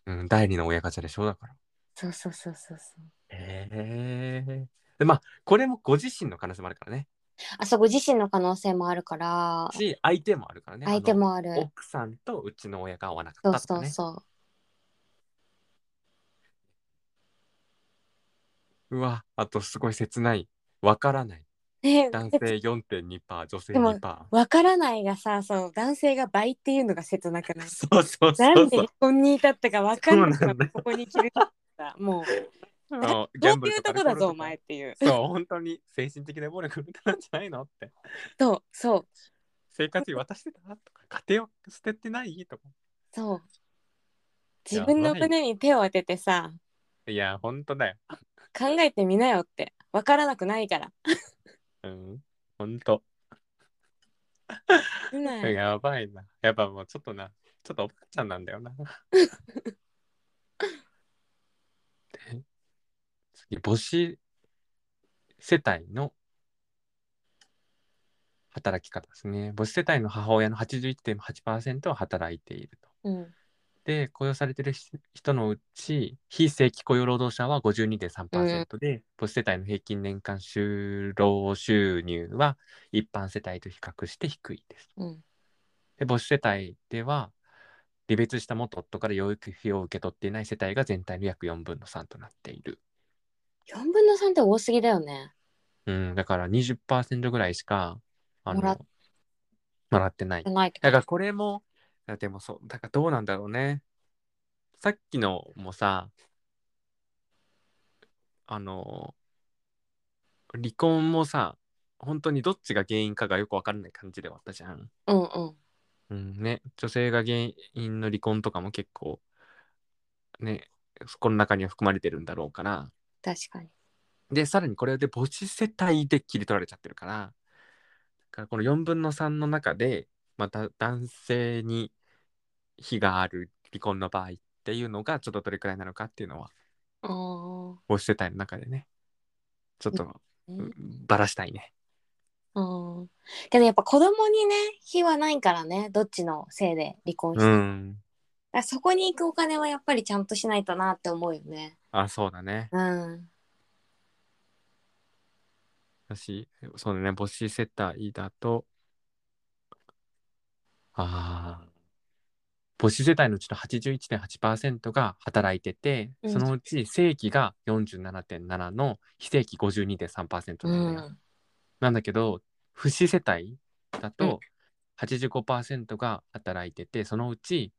Speaker 1: うん、第二の親ガチャでしょだから。
Speaker 2: そうそうそうそうそう
Speaker 1: へえ。で、まあ、これもご自身の可能性もあるからね。
Speaker 2: あそこ自身の可能性もあるから
Speaker 1: し、相手もあるからね。
Speaker 2: 相手もある
Speaker 1: あの。奥さんとうちの親が合わなか
Speaker 2: そ
Speaker 1: った
Speaker 2: う
Speaker 1: と
Speaker 2: そ
Speaker 1: か
Speaker 2: う
Speaker 1: ね。
Speaker 2: そう
Speaker 1: わ、あとすごい切ない。わからない。
Speaker 2: うね
Speaker 1: 男性4.2%、女性
Speaker 2: でも
Speaker 1: 2%。
Speaker 2: わからないがさその男性が倍っていうのが切なくない
Speaker 1: そうそう
Speaker 2: な
Speaker 1: そ
Speaker 2: ん
Speaker 1: う
Speaker 2: で
Speaker 1: そう。
Speaker 2: ここに至ったかわかんない
Speaker 1: そう
Speaker 2: か
Speaker 1: なんだ
Speaker 2: ら
Speaker 1: よ
Speaker 2: ここに来るんだもう
Speaker 1: あ
Speaker 2: だ
Speaker 1: のギ
Speaker 2: ど
Speaker 1: ャ
Speaker 2: う
Speaker 1: ンブ
Speaker 2: い
Speaker 1: ル
Speaker 2: う
Speaker 1: と
Speaker 2: と
Speaker 1: か
Speaker 2: こだ
Speaker 1: ルコ
Speaker 2: ぞお
Speaker 1: ールとか
Speaker 2: 前っていう
Speaker 1: そう、本当に精神的な暴力を受けたんじゃないのって。
Speaker 2: そうそう
Speaker 1: 生活費渡してたとか、家庭を捨ててないとか。
Speaker 2: そう自分の
Speaker 1: やばい
Speaker 2: 胸に手を当ててさ
Speaker 1: いや、本当だよ。
Speaker 2: 考えてみなよってわからなくないから
Speaker 1: うん、本当。
Speaker 2: 見ない
Speaker 1: やばいな。やっぱもうちょっとな、ちょっとおばあちゃんなんだよな。で次、母子世帯の働き方ですね。母子世帯の母親の81.8%は働いていると。
Speaker 2: うん
Speaker 1: で、雇用されてる人のうち、非正規雇用労働者は52.3%で、母子世帯の平均年間就労収入は一般世帯と比較して低いです。
Speaker 2: うん
Speaker 1: で母子世帯では離別した元夫から養育費を受け取っていない世帯が全体の約4分の3となっている。
Speaker 2: 4分の3って多すぎだよね
Speaker 1: うん、だから20%ぐらいしかあの
Speaker 2: もらっ
Speaker 1: もらってない。
Speaker 2: ないってこと
Speaker 1: だからこれも、いやでもそう、だからどうなんだろうね。さっきのもさ、あの、離婚もさ、本当にどっちが原因かがよくわからない感じで終わったじゃん。
Speaker 2: うんうん
Speaker 1: うんね、女性が原因の離婚とかも結構、ね、この中には含まれてるんだろうから。
Speaker 2: 確かに
Speaker 1: で、さらにこれで母子世帯で切り取られちゃってるから、だからこの4分の3の中で、また男性に非がある離婚の場合っていうのが、ちょっとどれくらいなのかっていうのは、
Speaker 2: あー
Speaker 1: 母子世帯の中でね、ちょっと、
Speaker 2: ね
Speaker 1: うんばらしたいね。
Speaker 2: うんけどやっぱ子供にね非はないからねどっちのせいで離婚して、
Speaker 1: う
Speaker 2: だか
Speaker 1: ん。
Speaker 2: らそこに行くお金はやっぱりちゃんとしないとなって思うよね
Speaker 1: あ、そうだね。
Speaker 2: うん
Speaker 1: だし、そうだね、母子世帯だと、ああ、母子世帯のうちの81.8%が働いてて、
Speaker 2: うん
Speaker 1: そのうち正規が47.7の非正規52.3%
Speaker 2: う
Speaker 1: なんだよ、
Speaker 2: ん
Speaker 1: なんだけど、不死世帯
Speaker 2: う
Speaker 1: だ
Speaker 2: ん
Speaker 1: と85%が働いてて、そのうち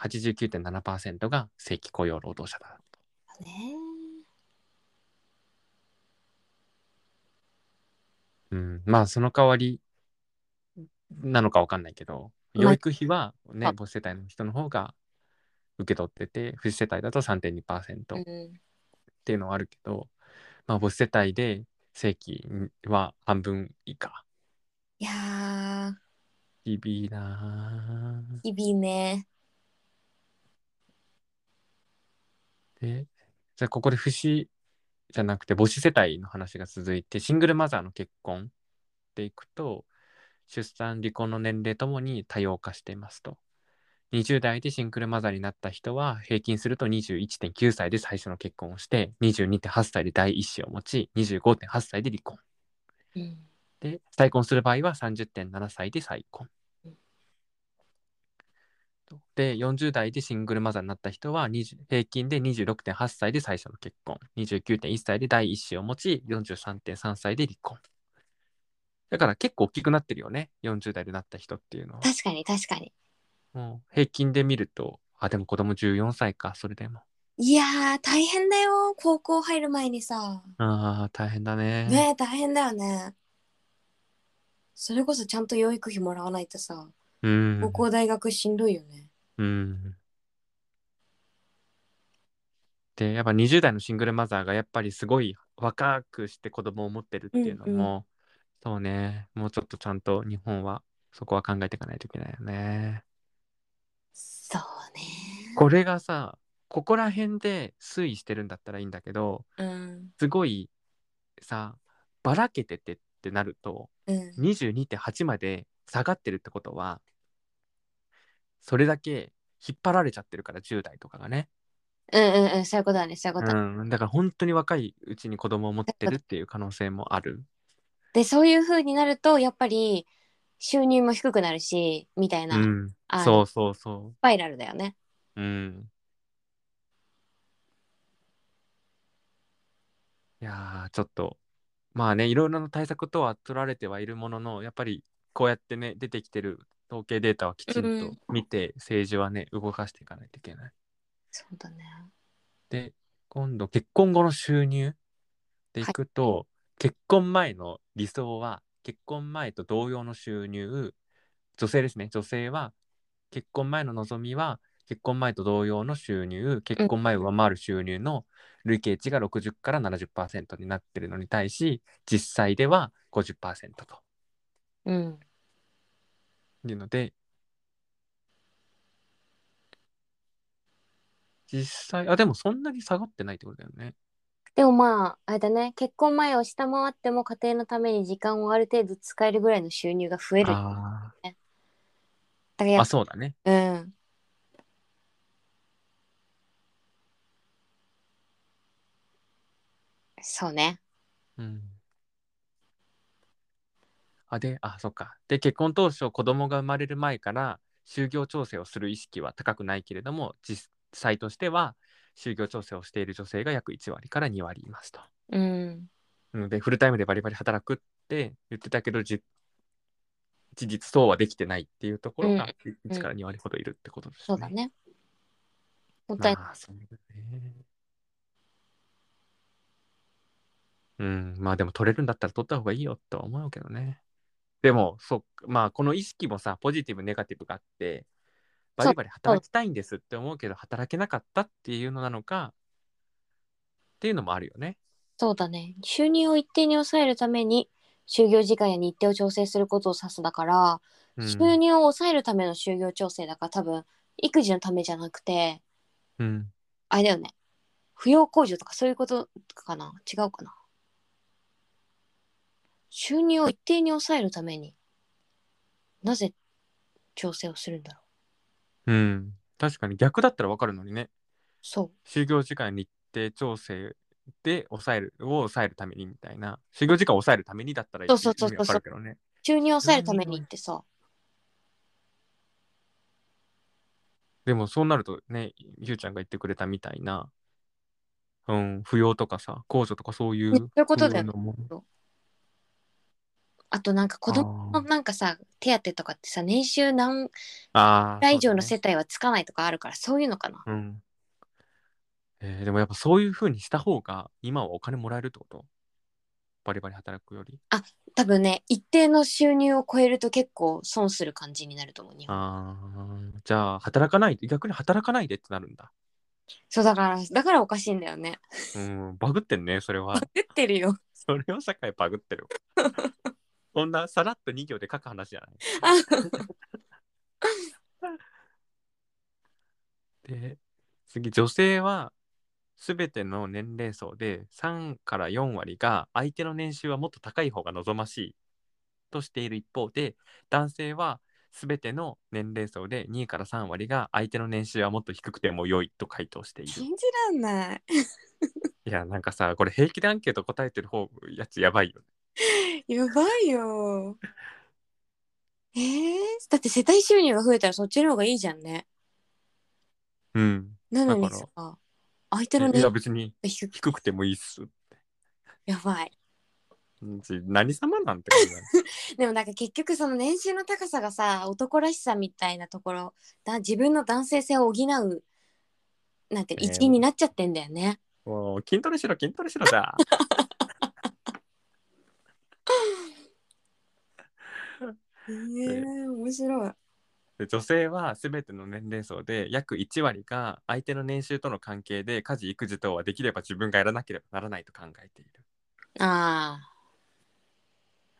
Speaker 1: 89.7%が正規雇用労働者だと。
Speaker 2: ね
Speaker 1: うん、まあその代わりなのかわかんないけど、
Speaker 2: まあ
Speaker 1: 養育費はね、
Speaker 2: あ
Speaker 1: 母子世帯の人の方が受け取ってて、不子世帯だと3.2%っ
Speaker 2: うん
Speaker 1: ていうのはあるけど、まあ母子世帯で正規は半分以下。
Speaker 2: いやー
Speaker 1: 厳しいなぁ
Speaker 2: 日々ね
Speaker 1: で、じゃあここで不死じゃなくて母子世帯の話が続いて、シングルマザーの結婚でいくと、出産、離婚の年齢ともに多様化していますと。20代でシングルマザーになった人は、平均すると21.9歳で最初の結婚をして、22.8歳で第一子を持ち、25.8歳で離婚。
Speaker 2: うん
Speaker 1: で、再婚する場合は30.7歳で再婚
Speaker 2: うん。
Speaker 1: で、40代でシングルマザーになった人は、20平均で26.8歳で最初の結婚、29.1歳で第一子を持ち、43.3歳で離婚。だから結構大きくなってるよね、40代でなった人っていうのは。
Speaker 2: 確かに確かに
Speaker 1: うん平均で見ると、あ、でも子供14歳か、それでも。
Speaker 2: いやー大変だよ高校入る前にさ
Speaker 1: ああ、大変だね。
Speaker 2: ねえ大変だよねそれこそちゃんと養育費もらわないとさ
Speaker 1: うん。
Speaker 2: 高校大学しんどいよね
Speaker 1: うん。で、やっぱ20代のシングルマザーがやっぱりすごい若くして子供を持ってるっていうのも、そうね、もうちょっとちゃんと日本はそこは考えていかないといけないよね。
Speaker 2: そうね
Speaker 1: これがさ、ここら辺で推移してるんだったらいいんだけど、
Speaker 2: うん
Speaker 1: すごいさ、ばらけててってなると、
Speaker 2: うん
Speaker 1: 22.8まで下がってるってことは、それだけ引っ張られちゃってるから、10代とかがね。
Speaker 2: うんうんうんそういうことだねそういうこと、
Speaker 1: うん、だから本当に若いうちに子供を持ってるっていう可能性もある。
Speaker 2: でそういう風になるとやっぱり収入も低くなるしみたいうな、ス
Speaker 1: ん、
Speaker 2: あ
Speaker 1: そうそうそ
Speaker 2: パイラルだよね
Speaker 1: う。うん。いやーちょっとまあねいろいろな対策とは取られてはいるもののやっぱりこうやってね出てきてる統計データはきち
Speaker 2: うんん
Speaker 1: と見て政治はね動かしていかないといけない。
Speaker 2: そうだね
Speaker 1: で今度結婚後の収入でいくと、結婚前の理想は結婚前と同様の収入女性ですね女性は結婚前の望みは結婚前と同様の収入結婚前を上回る収入の累計値が60から70%になってるのに対し実際では50%と
Speaker 2: うん
Speaker 1: いうので実際あでもそんなに下がってないってことだよね。
Speaker 2: でもまああれだね結婚前を下回っても家庭のために時間をある程度使えるぐらいの収入が増えるだか
Speaker 1: あ
Speaker 2: ら
Speaker 1: ー
Speaker 2: や
Speaker 1: あ
Speaker 2: っ
Speaker 1: そうだね。
Speaker 2: うんそうね
Speaker 1: うん。あ、で、あ、そっか。で、結婚当初、子供が生まれる前から、就業調整をする意識は高くないけれども、実際としては、就業調整をしている女性が約1割から2割いますと。
Speaker 2: うん
Speaker 1: なので、フルタイムでバリバリ働くって言ってたけど、じ事実そうはできてないっていうところが、1から2割ほどいるってことですね。
Speaker 2: そうだねもったいない
Speaker 1: まあ、そうだね。うん、まあでも取れるんだったら取った方がいいよとは思うけどね。でも、そっかまあこの意識もさ、ポジティブ、ネガティブがあって、バリバリ働きたいんですって思うけど、働けなかったっていうのなのか、っていうのもあるよね。
Speaker 2: そうだね収入を一定に抑えるために就業時間や日程を調整することを指すだから、
Speaker 1: うん、
Speaker 2: 収入を抑えるための就業調整だから多分育児のためじゃなくて
Speaker 1: うん。
Speaker 2: あれだよね扶養控除とかそういうことかな違うかな収入を一定に抑えるためになぜ調整をするんだろう
Speaker 1: うん。確かに逆だったらわかるのにね。
Speaker 2: そ
Speaker 1: 就業時間日程調整で抑える、を抑えるためにみたいな。就業時間を抑えるためにだったら
Speaker 2: そうそうそうそう
Speaker 1: 意味わかるけどね。
Speaker 2: う収入を抑えるためにってさ
Speaker 1: でもそうなるとね、ゆうちゃんが言ってくれたみたいな、うん、扶養とかさ、控除とかそうい
Speaker 2: ねそうういうことだよ
Speaker 1: のも
Speaker 2: あとなんか子供のなんかさ手当とかってさ年収何
Speaker 1: あー
Speaker 2: 倍以上の
Speaker 1: そう
Speaker 2: 世帯はつかないとかあるからそういうのかな
Speaker 1: だねうんえーでもやっぱそういうふうにした方が、今はお金もらえるってことバリバリ働くより。
Speaker 2: 多分ね一定の収入を超えると結構損する感じになると思う日本
Speaker 1: あーじゃあ働かないで、逆に働かないでってなるんだ。
Speaker 2: そうだからだからおかしいんだよね
Speaker 1: うん、バグってんね、それは。
Speaker 2: 言って るよ
Speaker 1: それは社会バグってる。 そんなさらっと2行で書く話じゃない。で次女性は全ての年齢層で3から4割が相手の年収はもっと高い方が望ましいとしている一方で男性は全ての年齢層で2から3割が相手の年収はもっと低くても良いと回答している。
Speaker 2: 信じらんない
Speaker 1: いやなんかさこれ平気でアンケート答えてる方やつやばいよね。
Speaker 2: やばいよ。えー、だって世帯収入が増えたらそっちの方がいいじゃんね。
Speaker 1: うん。
Speaker 2: なのに
Speaker 1: だ
Speaker 2: さ、相手の
Speaker 1: い
Speaker 2: 年
Speaker 1: や
Speaker 2: 齢
Speaker 1: 別に
Speaker 2: 低く
Speaker 1: 低くてもいいっす。
Speaker 2: やばい。
Speaker 1: うんち何様なんて感じだね
Speaker 2: でもなんか結局その年収の高さがさ男らしさみたいなところだ自分の男性性を補うなんて
Speaker 1: えー
Speaker 2: 一因になっちゃってんだよね。
Speaker 1: もう筋トレしろ筋トレしろじゃあ
Speaker 2: へえ面白い。
Speaker 1: で女性は全ての年齢層で約1割が相手の年収との関係で家事育児等はできれば自分がやらなければならないと考えている。
Speaker 2: あ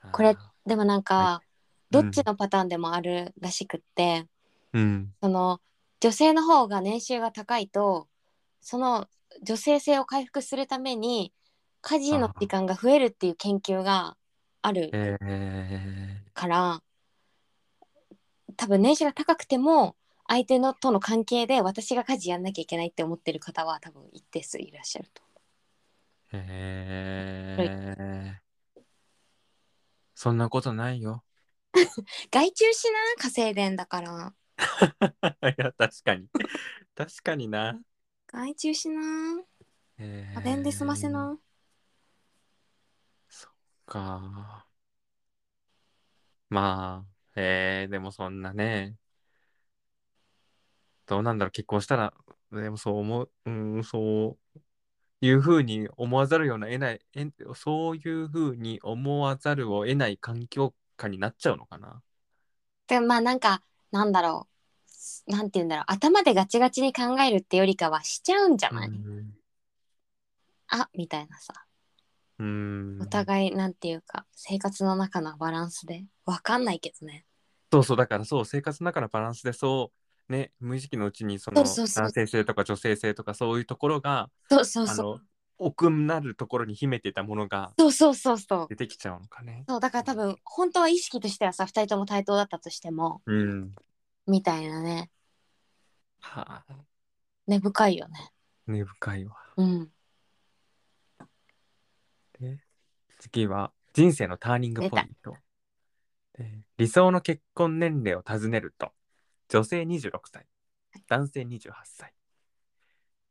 Speaker 2: あこれ
Speaker 1: あー
Speaker 2: でもなんか、
Speaker 1: は
Speaker 2: どっちのパターンでもあるらしくって、
Speaker 1: うん
Speaker 2: その女性の方が年収が高いとその女性性を回復するために家事の時間が増えるっていう研究がある
Speaker 1: えー
Speaker 2: から多分年収が高くても相手のとの関係で私が家事やんなきゃいけないって思ってる方は多分一定数いらっしゃると。
Speaker 1: えーそんなことないよ。
Speaker 2: 外注しな稼いでんだから
Speaker 1: いや確かに確かにな。
Speaker 2: 外注しな
Speaker 1: えー
Speaker 2: 家電で済ませな。
Speaker 1: そっか。まあ、えー、でもそんなね。どうなんだろう、結婚したら、でもそう思う、うん、そういうふうに思わざるような、得ない、えんそういうふうに思わざるを得ない環境下になっちゃうのかな。
Speaker 2: でもまあなんかなんだろうなんて言うんだろう頭でガチガチに考えるってよりかはしちゃうんじゃない、
Speaker 1: うん
Speaker 2: あみたいなさ
Speaker 1: うん
Speaker 2: お互いなんていうか生活の中のバランスでわかんないけどね
Speaker 1: そうそうだからそう生活の中のバランスでそうね無意識のうちにそ
Speaker 2: そ
Speaker 1: の
Speaker 2: うそうそう
Speaker 1: 男性性とか女性性とかそういうところが
Speaker 2: そうそう
Speaker 1: あ
Speaker 2: そう
Speaker 1: の奥になるところに秘めていたものが
Speaker 2: そうそうそうそう
Speaker 1: 出てきちゃうのかね。
Speaker 2: そうだから多分本当は意識としてはさ2人とも対等だったとしても
Speaker 1: うん。
Speaker 2: みたいなね
Speaker 1: はあ、
Speaker 2: 根深いよね
Speaker 1: 根深いわ。
Speaker 2: うん
Speaker 1: 次は人生のターニングポイント。で理想の結婚年齢を尋ねると女性26歳男性28歳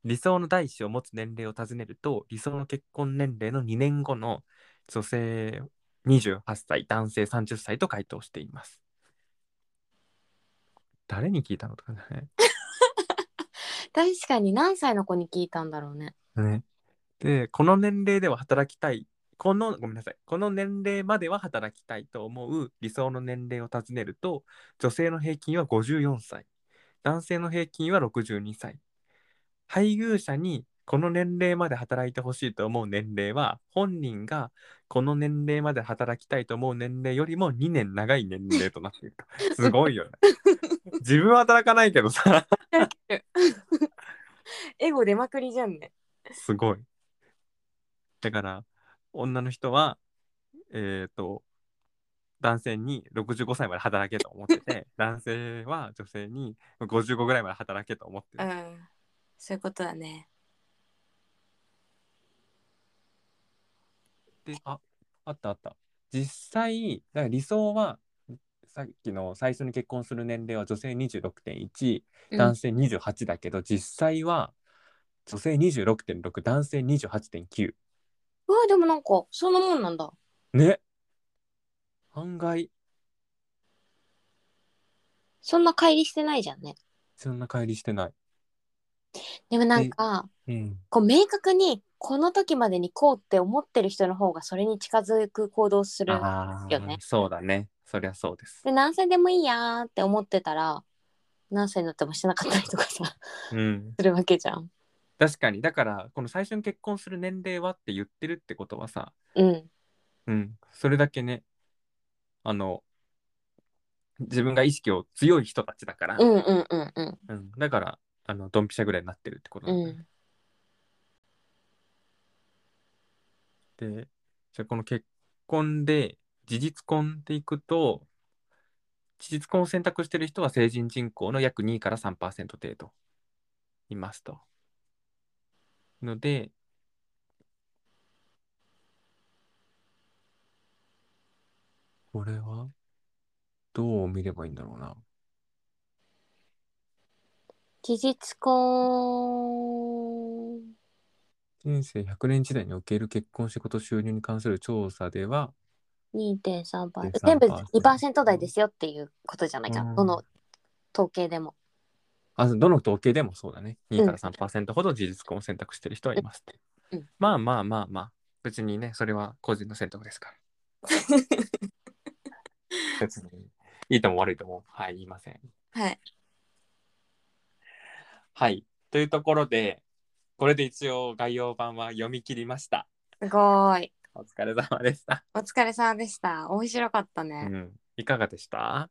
Speaker 1: 理想の第一子を持つ年齢を尋ねると理想の結婚年齢の2年後の女性28歳男性30歳と回答しています誰に聞いたのとかね
Speaker 2: 確かに何歳の子に聞いたんだろうね
Speaker 1: ね。で、この年齢では働きたい。この、ごめんなさい。この年齢までは働きたいと思う理想の年齢を尋ねると、女性の平均は54歳、男性の平均は62歳。配偶者にこの年齢まで働いてほしいと思う年齢は、本人がこの年齢まで働きたいと思う年齢よりも2年長い年齢となっていると。すごいよね。自分は働かないけどさ。
Speaker 2: エゴ出まくりじゃんね
Speaker 1: すごい。だから、女の人は、えっ、と、男性に65歳まで働けと思ってて、男性は女性に55ぐらいまで働けと思って
Speaker 2: う
Speaker 1: る。
Speaker 2: んそういうことだね
Speaker 1: で、あ、あったあった。実際、だから理想は、さっきの最初に結婚する年齢は女性26.1、
Speaker 2: うん
Speaker 1: 男性28だけど、実際は女性26.6、男性28.9。
Speaker 2: うわでもなんかそんなもんなんだ
Speaker 1: ね。案外、
Speaker 2: そんな乖離してないじゃんね
Speaker 1: そんな乖離してない。
Speaker 2: でもなんか
Speaker 1: うん。
Speaker 2: こう明確にこの時までにこうって思ってる人の方がそれに近づく行動する
Speaker 1: ああ
Speaker 2: よね
Speaker 1: ーそうだね。そりゃそうです。
Speaker 2: で何歳でもいいやーって思ってたら何歳になってもしてなかったりとかさ
Speaker 1: うん。
Speaker 2: するわけじゃん。
Speaker 1: 確かに。だから、この最初に結婚する年齢はって言ってるってことはさ、
Speaker 2: うん
Speaker 1: うん。それだけね、あの、自分が意識を強い人たちだから、
Speaker 2: うんうんうんうん
Speaker 1: うんだから、あの、ドンピシャぐらいになってるってことだね、
Speaker 2: うん
Speaker 1: で、じゃあこの結婚で、事実婚っていくと、事実婚を選択してる人は成人人口の約2から3%程度いますと。ので、これはどう見ればいいんだろうな。
Speaker 2: 事実婚
Speaker 1: 人生100年時代における結婚仕事収入に関する調査では、
Speaker 2: 2.3%
Speaker 1: パー
Speaker 2: 全部2%台ですよっていうことじゃないかな、
Speaker 1: うん
Speaker 2: どの統計でも
Speaker 1: あどの統計でもそうだね。
Speaker 2: う
Speaker 1: 2
Speaker 2: ん
Speaker 1: から3%ほど事実婚を選択してる人はいますっ
Speaker 2: う
Speaker 1: て。
Speaker 2: ん
Speaker 1: まあまあまあまあ、別にね、それは個人の選択ですから。 別にいいとも悪いとも、はい、言いません。
Speaker 2: はい
Speaker 1: はい。というところで、これで一応概要版は読み切りました。
Speaker 2: すごーい
Speaker 1: お疲れ様でした。
Speaker 2: お疲れ様でした面白かった
Speaker 1: う
Speaker 2: ね、
Speaker 1: ん。いかがでした、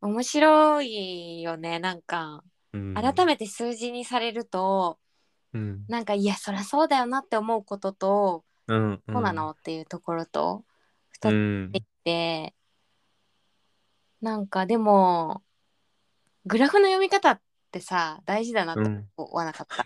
Speaker 2: 面白いよねなんか
Speaker 1: うん、
Speaker 2: 改めて数字にされると、
Speaker 1: うん、
Speaker 2: なんかいやそりゃそうだよなって思うことと、
Speaker 1: うん。
Speaker 2: そうなのっていうところと二つ
Speaker 1: うん
Speaker 2: できて、なんかでもグラフの読み方ってさ大事だなと
Speaker 1: うん。
Speaker 2: 思わなかった、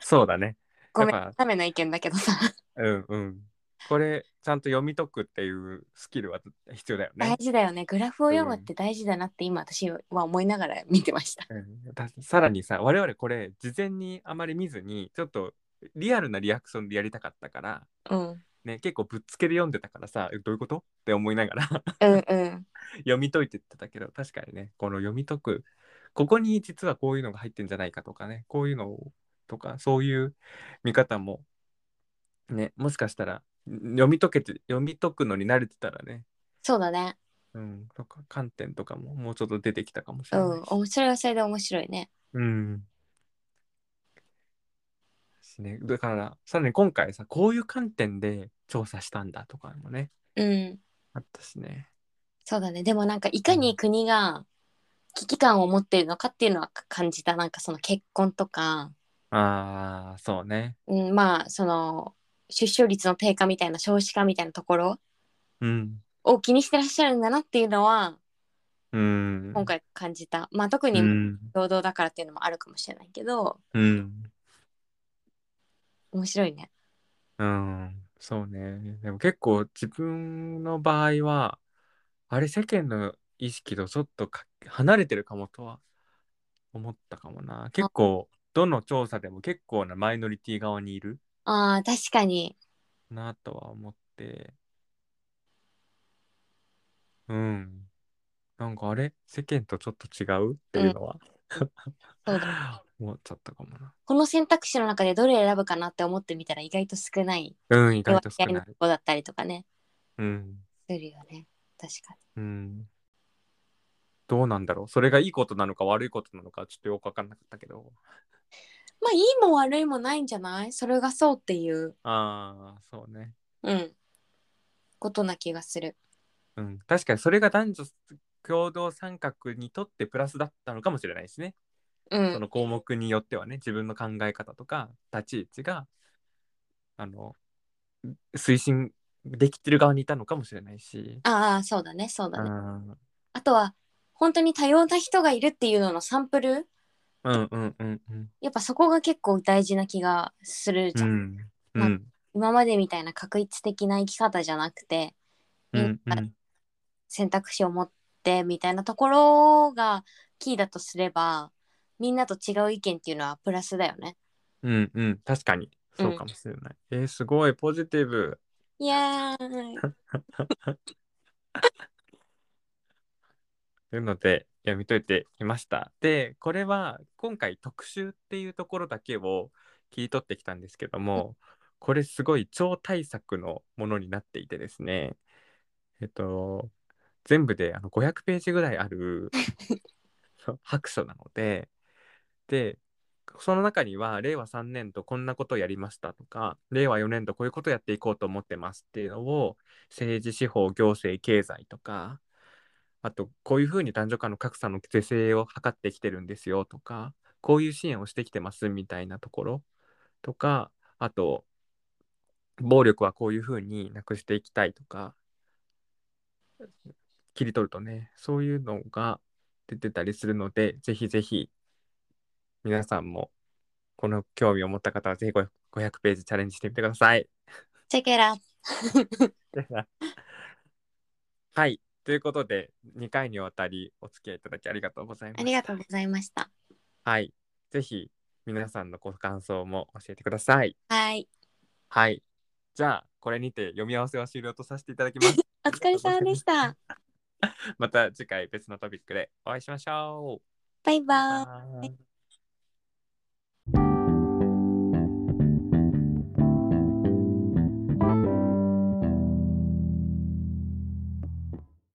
Speaker 1: そうだね。
Speaker 2: ごめ
Speaker 1: やっぱ
Speaker 2: んダメな意見だけど さ
Speaker 1: うんうん。これ、ちゃんと読み解くっていうスキルは必要だよね
Speaker 2: 大。事だよねグラフを読むって大事だなって今私は思いながら見てました
Speaker 1: うんださらにさ我々これ事前にあまり見ずにちょっとリアルなリアクションでやりたかったから、
Speaker 2: うん
Speaker 1: ね、結構ぶっつけで読んでたからさえどういうことって思いながら
Speaker 2: うんうん
Speaker 1: 読み解いてってたけど確かにねこの読み解くここに実はこういうのが入ってんじゃないかとかねこういうのとかそういう見方もねもしかしたら読み解けて読み解くのに慣れてたらね、
Speaker 2: そうだね
Speaker 1: うん、とか観点とかももうちょっと出てきたかもし
Speaker 2: う
Speaker 1: れないし
Speaker 2: ん面白いはそれで面白いね
Speaker 1: うん。ですね、だからさらに今回さこういう観点で調査したんだとかもね
Speaker 2: うん
Speaker 1: あったしね。
Speaker 2: そうだねでもなんかいかに国が危機感を持っているのかっていうのは感じたなんかその結婚とか、
Speaker 1: ああそうね。
Speaker 2: うん、まあその出生率の低下みたいな少子化みたいなところ
Speaker 1: うん。
Speaker 2: を気にしてらっしゃるんだなっていうのは
Speaker 1: うん。
Speaker 2: 今回感じた、まあ特
Speaker 1: う
Speaker 2: に
Speaker 1: ん。
Speaker 2: 平等だからっていうのもあるかもしれないけど
Speaker 1: うん。
Speaker 2: 面白いね
Speaker 1: うん。そうね。でも結構自分の場合はあれ世間の意識とちょっとか離れてるかもとは思ったかもな。結構どの調査でも結構なマイノリティ側にいる。
Speaker 2: あー確かに
Speaker 1: なとは思ってうんなんかあれ世間とちょっと違うっていうのは、
Speaker 2: そうだ
Speaker 1: 思っちゃったかもな
Speaker 2: この選択肢の中でどれ選ぶかなって思ってみたら意外と少ない
Speaker 1: うん
Speaker 2: 割
Speaker 1: 意外と少
Speaker 2: 合の
Speaker 1: ない
Speaker 2: とこだったりとかね
Speaker 1: うん
Speaker 2: するよね確か
Speaker 1: うんどうなんだろうそれがいいことなのか悪いことなのかちょっとよく分かんなかったけど
Speaker 2: にまあいいも悪いもないんじゃないそれがそうっていう
Speaker 1: ああそうね
Speaker 2: うん。ことな気がする。
Speaker 1: うん確かにそれが男女共同参画にとってプラスだったのかもしれないですね
Speaker 2: う
Speaker 1: その
Speaker 2: ん。
Speaker 1: 項目によってはね自分の考え方とか立ち位置があの推進できてる側にいたのかもしれないし、
Speaker 2: ああ、そうだね、そう
Speaker 1: う
Speaker 2: だね。
Speaker 1: ん、うん
Speaker 2: あとは、本当に多様な人がいるっていうののサンプル、
Speaker 1: うんうんうん
Speaker 2: やっぱそこが結構大事な気がする
Speaker 1: う
Speaker 2: じゃん。
Speaker 1: んう
Speaker 2: まあ
Speaker 1: ん
Speaker 2: 今までみたいな確一的な生き方じゃなくて、
Speaker 1: うん
Speaker 2: まあ選択肢を持ってみたいなところがキーだとすれば、みんなと違う意見っていうのはプラスだよね。
Speaker 1: うんうん確かにそうかもしれない、えーすごいポジティブ
Speaker 2: いやー い。
Speaker 1: というので読み解いてきましたでこれは今回特集っていうところだけを切り取ってきたんですけどもこれすごい超大作のものになっていてですねえっと全部であの500ページぐらいあるそう白書なのででその中には令和3年度こんなことをやりましたとか令和4年度こういうことをやっていこうと思ってますっていうのを政治司法行政経済とかあとこういうふうに男女間の格差の是正を図ってきてるんですよとかこういう支援をしてきてますみたいなところとかあと暴力はこういうふうになくしていきたいとか切り取るとねそういうのが出てたりするのでぜひぜひ皆さんもこの興味を持った方はぜひ500 500ページチャレンジしてみてください。
Speaker 2: チェケラ。
Speaker 1: はい。ということで、2回にわたりお付き合いいただきありがとうございま
Speaker 2: あ
Speaker 1: す。
Speaker 2: りがとうございました。
Speaker 1: はい。ぜひ、皆さんのご感想も教えてください。
Speaker 2: はい。
Speaker 1: はい。じゃあ、これにて読み合わせは終了とさせていただきます。
Speaker 2: お疲れ様でした。
Speaker 1: また次回別のトピックでお会いしましょう。
Speaker 2: バイバイ。
Speaker 1: バイ